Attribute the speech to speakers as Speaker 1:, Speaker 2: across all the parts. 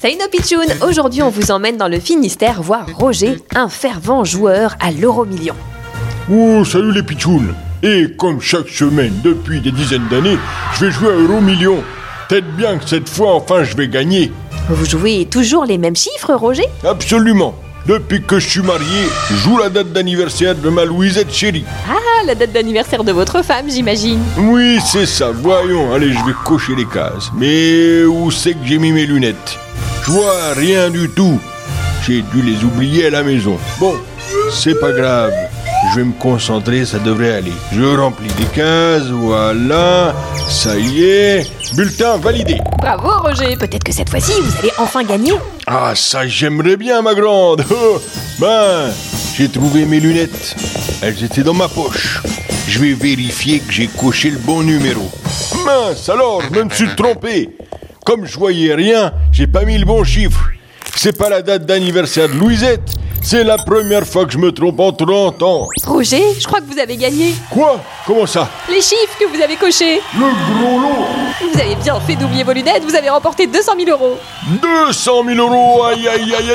Speaker 1: Salut nos pitchounes Aujourd'hui, on vous emmène dans le Finistère voir Roger, un fervent joueur à l'euro million.
Speaker 2: Oh, salut les pitchounes Et comme chaque semaine depuis des dizaines d'années, je vais jouer à Euro Million. Peut-être bien que cette fois, enfin, je vais gagner.
Speaker 1: Vous jouez toujours les mêmes chiffres, Roger
Speaker 2: Absolument Depuis que je suis marié, je joue la date d'anniversaire de ma Louisette chérie.
Speaker 1: Ah, la date d'anniversaire de votre femme, j'imagine.
Speaker 2: Oui, c'est ça, voyons. Allez, je vais cocher les cases. Mais où c'est que j'ai mis mes lunettes Je vois rien du tout. J'ai dû les oublier à la maison. Bon, c'est pas grave. Je vais me concentrer, ça devrait aller. Je remplis les cases, voilà. Ça y est. Bulletin validé.
Speaker 1: Bravo, Roger Peut-être que cette fois-ci, vous allez enfin gagner
Speaker 2: Ah, ça j'aimerais bien, ma grande. Oh, ben, j'ai trouvé mes lunettes. Elles étaient dans ma poche. Je vais vérifier que j'ai coché le bon numéro. Mince, alors, je me suis trompé. Comme je voyais rien, j'ai pas mis le bon chiffre. C'est pas la date d'anniversaire de Louisette. C'est la première fois que je me trompe en 30 ans.
Speaker 1: Roger, je crois que vous avez gagné
Speaker 2: Quoi Comment ça
Speaker 1: les chiffres que vous avez cochés.
Speaker 2: Le gros lot
Speaker 1: Vous avez bien fait d'oublier vos lunettes, vous avez remporté 200 000 euros.
Speaker 2: 200 000 euros Aïe, aïe, aïe, aïe, aïe,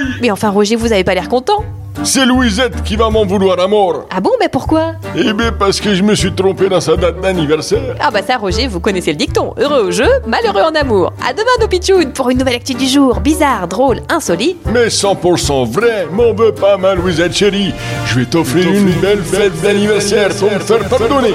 Speaker 2: aïe
Speaker 1: Mais enfin, Roger, vous avez pas l'air content
Speaker 2: C'est Louisette qui va m'en vouloir à mort.
Speaker 1: Ah bon, mais pourquoi
Speaker 2: Eh bien, parce que je me suis trompé dans sa date d'anniversaire.
Speaker 1: Ah bah ça, Roger, vous connaissez le dicton. Heureux au jeu, malheureux en amour. À demain, nos pitchounes, pour une nouvelle actu du jour. Bizarre, drôle, insolite.
Speaker 2: Mais 100% vrai, m'en veux pas, ma Louisette chérie. Je vais t'offrir une belle fête d'anniversaire pour me faire pardonner.